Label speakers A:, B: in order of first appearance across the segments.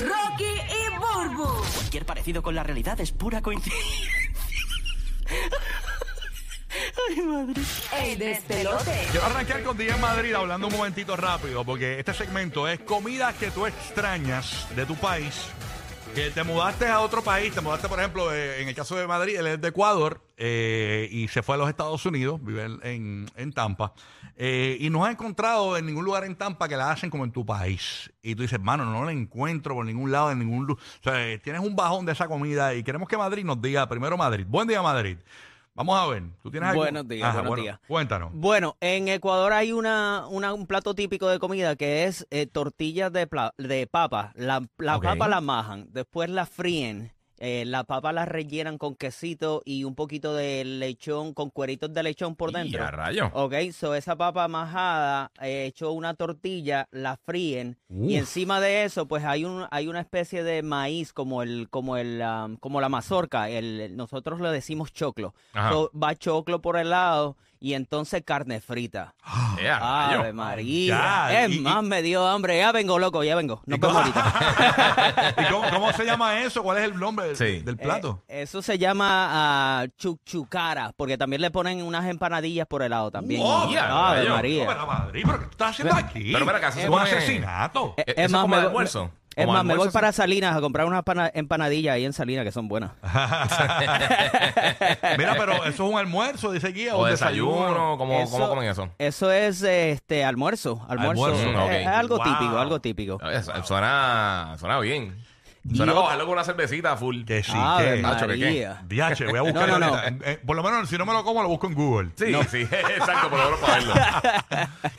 A: Rocky y Burbu.
B: Cualquier parecido con la realidad es pura coincidencia. Ay, madre.
A: El despelote.
C: Quiero arrancar con Día en Madrid hablando un momentito rápido, porque este segmento es comidas que tú extrañas de tu país, que te mudaste a otro país, te mudaste, por ejemplo, eh, en el caso de Madrid, él es de Ecuador eh, y se fue a los Estados Unidos, vive en, en- en Tampa, eh, y no ha encontrado en ningún lugar en Tampa que la hacen como en tu país. Y tú dices, mano, no la encuentro por ningún lado, en ningún lugar. O sea, eh, tienes un bajón de esa comida y queremos que Madrid nos diga, primero Madrid, buen día Madrid. Vamos a ver, tú tienes algún-
D: Buenos días, buenos días.
C: Cuéntanos.
D: Bueno, en Ecuador hay una, una- un plato típico de comida que es eh, tortillas de, pla- de papa. La, la
C: Ok.
D: papa la majan, después la fríen, eh, la papa la rellenan con quesito y un poquito de lechón, con cueritos de lechón por
E: Y
D: dentro.
E: a rayo.
D: Ok, so esa papa majada, eh, hecho una tortilla, la fríen y encima de eso, pues hay un hay una especie de maíz como el como el am, como la mazorca, el, el- nosotros le decimos choclo.
E: Ajá.
D: So, va choclo por el lado y entonces carne frita.
E: Eh, a
D: Ave
E: rayo.
D: María,
C: Ah, Ya,
D: es
C: y- y-
D: más me dio hambre, ya vengo loco, ya vengo. Nos vemos ahorita.
C: ¿Y cómo, cómo se llama eso? ¿Cuál es el nombre del,
E: Sí.
C: del plato?
D: Eh, eso se llama ah, chuchucara, porque también le ponen unas empanadillas por el lado también.
C: ¡Oh,
E: ya,
D: Ave
E: rayo!
C: No,
D: María.
C: pero Madrid, ¿pero qué tú estás haciendo aquí?
E: pero ven acá, eso
C: es
E: se
C: un
E: come-
C: asesinato.
D: Eh,
E: ¿E-
D: Es
E: eso
D: más,
E: como
D: me,
E: de
D: vo-
E: almuerzo?
D: es
E: ¿Como
D: más, me voy
E: almuerzo,
D: para Salinas a comprar unas pana- empanadillas ahí en Salinas que son buenas.
C: Mira, pero eso es un almuerzo, dice guía, o
E: O
C: un
E: desayuno, ¿cómo, cómo
D: Eso-
E: comen eso?
D: Eso es este almuerzo, almuerzo.
C: Almuerzo,
D: Eh,
E: ok.
D: es algo
C: Wow.
D: típico, algo típico.
E: Eh, su- Suena, suena bien.
D: Y
E: Suena
D: otra-
E: para bajarlo con una cervecita full.
C: Que sí,
D: Ave
C: que.
E: Nacho, ¿que qué?
D: María.
C: Diache, voy a buscar.
D: Ah, No, no,
C: ahorita. Eh, por lo menos, si no me lo como, lo busco en Google.
E: Sí, sí, exacto, por lo menos para verlo.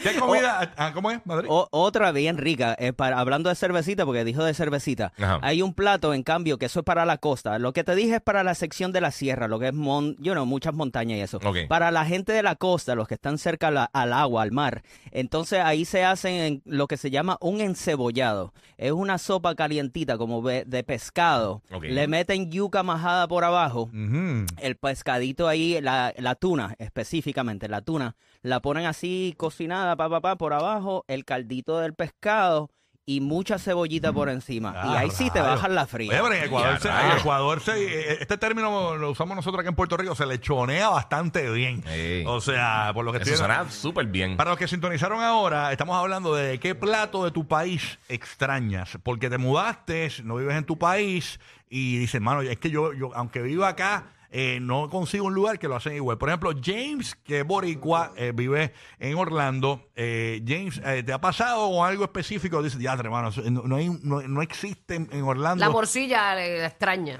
C: ¿Qué comida? ah, ¿Cómo es, Madrid?
D: O- otra bien rica, eh, para, hablando de cervecita, porque dijo de cervecita,
E: Ajá.
D: hay un plato, en cambio, que eso es para la costa. Lo que te dije es para la sección de la sierra, lo que es, mon, you know, muchas montañas y eso.
E: Ok.
D: Para la gente de la costa, los que están cerca a la- al agua, al mar. Entonces ahí se hacen en lo que se llama un encebollado. Es una sopa calientita, como ve- de pescado.
E: Ok.
D: Le meten yuca majada por abajo.
C: Ujú.
D: el pescadito ahí, la, la tuna específicamente, la tuna, la ponen así cocinada, pa, pa, pa, por abajo, el caldito del pescado y mucha cebollita por encima. y
C: Ah,
D: ahí sí te
C: rayos.
D: bajan la
C: Oye,
D: fría.
C: pero en Ecuador,
E: Ya,
C: se-
E: rayos.
C: en Ecuador se- eh, este término lo usamos nosotros aquí en Puerto Rico, se lechonea bastante bien.
E: Sí.
C: O sea, por lo que
E: Eso
C: estoy
E: suena súper bien.
C: Para los que sintonizaron ahora, estamos hablando de qué plato de tu país extrañas, porque te mudaste, no vives en tu país y dices, hermano, es que yo, yo aunque vivo acá, eh, no consigo un lugar que lo hacen igual. Por ejemplo, James, que es boricua, eh, vive en Orlando. eh, James, eh, ¿te ha pasado o algo específico? Dices, ya, hermano, eso- no, no hay- no- no existe en, en Orlando.
F: La morcilla eh, la extraña.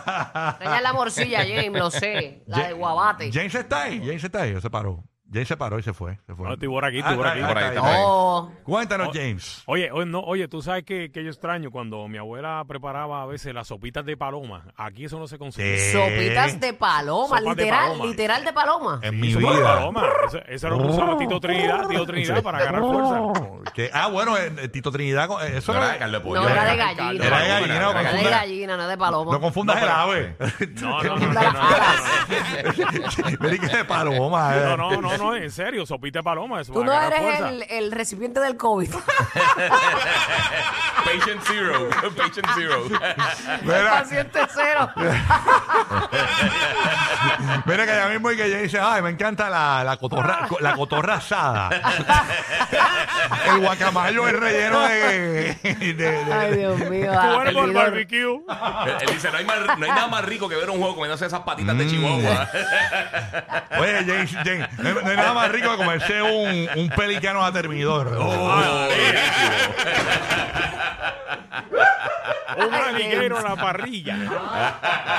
F: extraña la morcilla, James, lo sé. La de
C: Ja-
F: guabate.
C: James está ahí, James está ahí, o se paró. James se paró y se fue. se fue.
G: No, estoy por aquí, estoy por
C: Ah,
G: aquí.
C: ah,
E: Por ahí,
C: está
E: está
C: ahí.
E: por ahí.
F: Oh,
C: Cuéntanos,
G: Oh.
C: James.
G: Oye, oye, no, oye, tú sabes que, que yo extraño cuando mi abuela preparaba a veces las sopitas de paloma. Aquí eso no se consigue.
C: Sí.
F: sopitas de paloma,
G: Sopas de
F: literal,
G: paloma.
F: literal de paloma.
C: En mi
G: Sopa de
C: vida.
G: paloma. Eso, eso era lo que usaba Tito Trinidad, Tío Trinidad para agarrar fuerza.
C: Que- ah, bueno, eh, eh, Tito Trinidad, con- eh, eso
E: No era
C: era-
E: de Carlos Pollo.
F: No, era de
G: Era de
F: gallina.
C: Era de gallina, no
F: Era de
C: confunda.
F: gallina, no era de paloma.
C: no confundas el ave.
G: No, no, no, no,
F: Las alas.
C: Mira que de paloma. eh.
G: no, no, no, no, no, en serio, sopita de paloma. Eso
F: Tú
G: para
F: no
G: agarrar
F: eres
G: fuerza.
F: el, el recipiente del COVID.
E: Patient Zero. Patient Zero.
C: Mira,
F: Paciente cero.
C: mira que allá mismo y que ella dice, ay, me encanta la, la cotorra, co- la cotorra asada. el guacamayo es relleno de... de- de-
F: Ay, Dios mío. ah,
G: Tú eres por
F: servidor.
G: barbecue.
E: él, él dice, no hay, más- no hay nada más rico que ver un juego comiéndose esas patitas
C: Mm.
E: de chihuahua.
C: Oye, James, James, no, hay- no hay nada más rico que comerse un, un pelicano a termidor.
E: Oh, rico.
G: Un maniguero en la parrilla.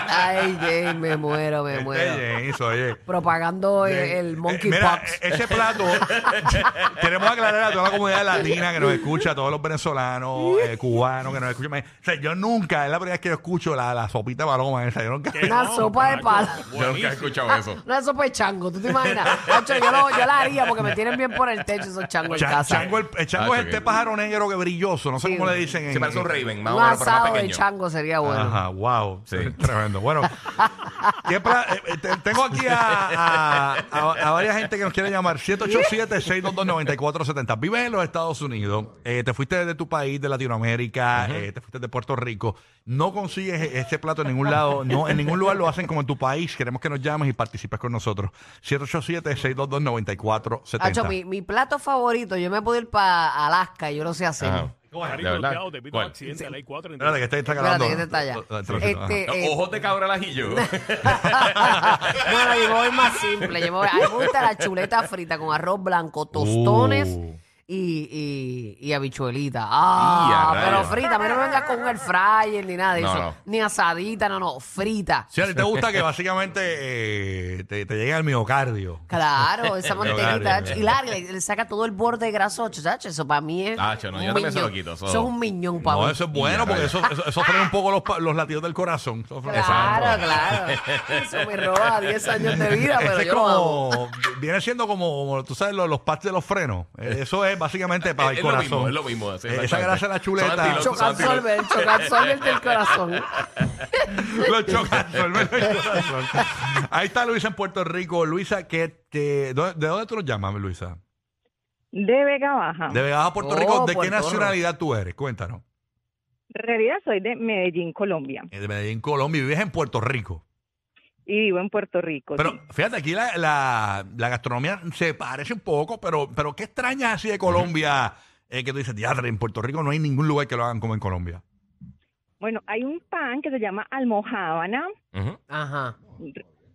F: Ay, James, me muero, me
C: Este
F: muero.
C: James, oye.
F: Propagando el,
C: Eh,
F: el
C: eh,
F: monkey
C: mira,
F: pox.
C: eh, ese plato, queremos aclarar a toda la comunidad latina que nos escucha, a todos los venezolanos, eh, cubanos que nos escuchan. Me- O sea, yo nunca, es la primera vez que yo escucho la, la sopita de paloma esa. Yo nunca.
G: Que
F: Una
G: no,
F: sopa de
G: muchacho,
F: palo.
E: Yo nunca he escuchado eso.
F: No, eso fue chango, ¿tú te imaginas? Hacho, yo, lo- yo la haría porque me tienen bien por el techo esos changos en
C: Cha-
F: casa.
C: chango, el, el chango
E: Ah,
C: es
E: sí,
C: este
E: que-
C: pájaro negro que brilloso, no sé cómo le dicen.
E: Se
C: en-
E: parece un Raven, más
F: Un
E: o menos, pero más
F: asado de
E: pequeño.
F: chango sería bueno.
C: Ajá, wow.
E: Sí.
C: Tremendo. Bueno, ¿Qué pla- eh, eh, te- tengo aquí a, a, a- a varias gente que nos quiere llamar. 787-622-9470. Vives en los Estados Unidos, eh, te fuiste de tu país, de Latinoamérica, eh, te fuiste de Puerto Rico. No consigues e- este plato en ningún lado, no, en ningún lugar lo hacen como en tu país. Queremos que nos llames y participes con nosotros. 787-622-9470.
F: Hacho, mi, mi plato favorito, yo me puedo ir para Alaska, yo no sé hacer.
E: Ajá.
G: Marico,
E: De verdad.
G: cuidado, te pido un
E: ¿Cuál?
G: accidente, la ley 4.
C: Espérate, que está, está
F: Espérate,
C: grabando.
F: que este está allá.
C: Eh, eh,
F: Este,
E: No,
F: eh,
E: Ojos de cabra al ajillo.
F: bueno, yo me voy más simple. Yo me voy, a mí me gusta la chuleta frita con arroz blanco, tostones
C: Uh.
F: y, y, y habichuelita. Ah,
E: Y a
F: pero
E: rayos.
F: frita, a mí no me vengas con el fryer ni nada de
E: No,
F: eso.
E: no.
F: Ni asadita, no, no, frita.
C: Si a ti te gusta que básicamente eh, te, te llegue al miocardio.
F: Claro, esa
C: Claro,
F: mantequita.
E: claro.
F: ach- y larga, le, le saca todo el borde graso, chacho. Eso para mí es.
E: Chacho, no, yo
F: un
E: también se lo
F: miñón.
E: quito, eso-
F: Eso es un miñón para
C: No,
F: mí.
C: eso es bueno porque eso, eso, eso frena un poco los, pa- los latidos del corazón. Eso frena.
F: Claro, claro. Eso me roba 10 años de vida, pero
C: Ese
F: yo
C: es
F: lo amo.
C: como, viene siendo como, como, tú sabes, los, los pads de los frenos. Eh, Eso es básicamente para el
E: Es lo
C: corazón.
E: mismo, es lo mismo, sí,
C: Eh, Esa
E: exactamente.
C: grasa de la
E: Son
C: chuleta.
E: antilógicos.
F: Chocansolver, el chocansolver del corazón.
C: Los chocas, son los corazón. Ahí está Luisa en Puerto Rico. Luisa, ¿qué te- ¿dó- ¿de dónde tú nos llamas, Luisa?
H: De Vega Baja.
C: De Vega a Puerto
F: Oh,
C: Rico. ¿De qué
F: Puerto Rico.
C: nacionalidad tú eres? Cuéntanos.
H: En realidad soy de Medellín, Colombia.
C: Eh, De Medellín, Colombia. y Vives en Puerto Rico.
H: Y vivo en Puerto Rico.
C: Pero
H: Pues sí.
C: fíjate, aquí la, la, la gastronomía se parece un poco, pero, pero ¿qué extrañas así de Colombia? eh, que tú dices, diadre, en Puerto Rico no hay ningún lugar que lo hagan como en Colombia.
H: Bueno, hay un pan que se llama almojábana.
E: Ujú.
F: Ajá.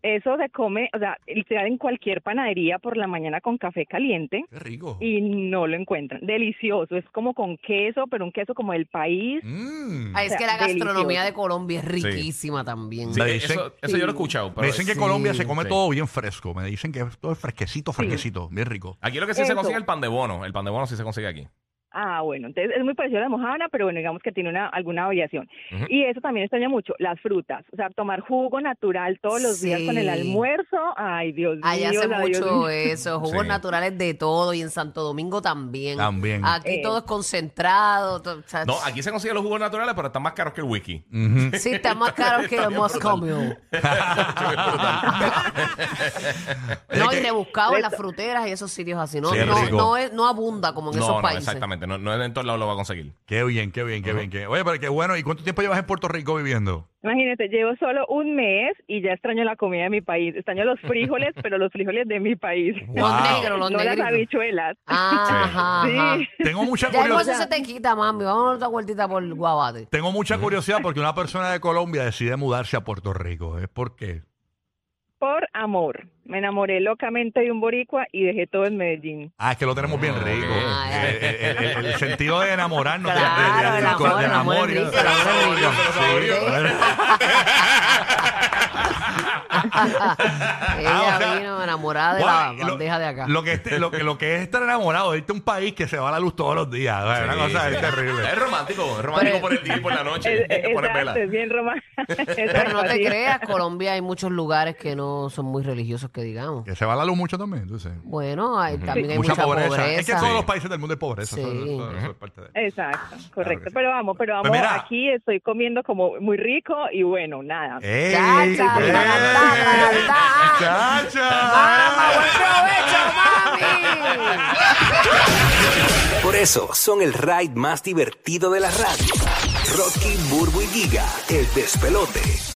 H: Eso se come, o sea, se da en cualquier panadería por la mañana con café caliente
C: Qué rico.
H: y no lo encuentran. Delicioso. Es como con queso, pero un queso como del país.
C: Mm.
F: Ah, es
H: O sea,
F: que la gastronomía
H: delicioso.
F: de Colombia es riquísima también.
E: Sí, eh,
C: Me dicen-
E: eso, eso yo lo he escuchado.
C: Me
E: pero-
C: dicen que
F: sí,
C: Colombia se come
E: sí.
C: todo bien fresco. Me dicen que todo es fresquecito, fresquecito. Bien rico.
E: Aquí lo que sí se
H: Eso.
E: consigue es el pan de bono. El pan de bono sí se consigue aquí.
H: Ah, bueno, entonces es muy parecido a la almojábana, pero bueno, digamos que tiene una, alguna variación.
E: Ujú.
H: Y eso también extraña mucho, las frutas. O sea, tomar jugo natural todos los días con
F: Sí.
H: el almuerzo. Ay, Dios
F: Allá
H: mío.
F: hace
H: la Dios mío.
F: mucho eso, jugos
E: Sí.
F: naturales de todo y en Santo Domingo también.
C: También.
E: Ah.
F: Aquí
H: Eh.
F: todo es concentrado. to- o sea,
E: No, aquí se consiguen los jugos naturales, pero están más caros que el whisky.
C: Ujú.
F: Sí, está más caro que el Moscow Mule.
C: Oye,
F: No, y
C: que-
F: rebuscado en las fruteras y esos sitios así. No,
C: Sí, es
F: no,
C: rico.
F: no, es- no abunda como en
E: no,
F: esos
E: no,
F: países.
E: exactamente. No, no en todos lados lo va a conseguir.
C: Qué bien, qué bien, qué bien. Qué... Oye, pero qué bueno. ¿Y cuánto tiempo llevas en Puerto Rico viviendo?
H: Imagínate, llevo solo un mes y ya extraño la comida de mi país. Extraño los frijoles, pero los frijoles de mi país.
F: Los
C: Wow.
F: negros, los Ah.
H: no
F: negros.
H: las habichuelas.
F: Ajá, ajá.
H: Sí.
C: Tengo mucha
F: Ya
C: curiosidad.
F: después eso se te quita, mami. Vamos a dar otra vueltita por Guabate.
C: Tengo mucha curiosidad porque una persona de Colombia decide mudarse a Puerto Rico. ¿Es por qué?
H: Por amor. Me enamoré locamente de un boricua y dejé todo en Medellín.
C: Ah, es que lo tenemos bien rico.
F: Ah,
C: Eh, eh, eh, el, el sentido de enamorarnos. de- de-
F: Claro,
C: de-
F: el
C: del
F: amor,
C: cor- del
F: el amor es
C: y-
F: rico, el amor es rico.
C: Sí, bueno.
F: Ella
C: o sea,
F: vino enamorada de
C: Guau,
F: la bandeja de acá.
C: Lo que, este- lo, que, lo que es estar enamorado, irte a un país que se va la luz todos los días. o sea,
E: Sí,
C: una cosa
E: sí.
C: es terrible.
E: Es romántico. Es romántico por el día y por la noche.
H: Es- es-
E: por el
H: exacto,
E: vela.
H: es bien romántico.
F: Pero no te creas, Colombia hay muchos lugares que no son muy religiosos, que digamos.
C: Que se va la luz mucho también, entonces.
F: Bueno, hay, también hay mucha,
C: Es que en
F: pobreza.
C: todos los países del mundo hay pobreza.
F: Sí.
C: Eso, eso- eso- eso es parte de...
H: Exacto, correcto.
C: que sí.
H: Pero vamos, pero vamos.
C: Pues mira.
H: Aquí estoy comiendo como muy rico y bueno, nada.
C: ¡Ey!
F: Chacha,
C: ¡Ey!
F: taratá, taratá.
C: ¡Chacha!
F: ¡Mamá, buen provecho, mami!
I: Por eso son el ride más divertido de la radio. Rocky, Burbu y Giga, el despelote.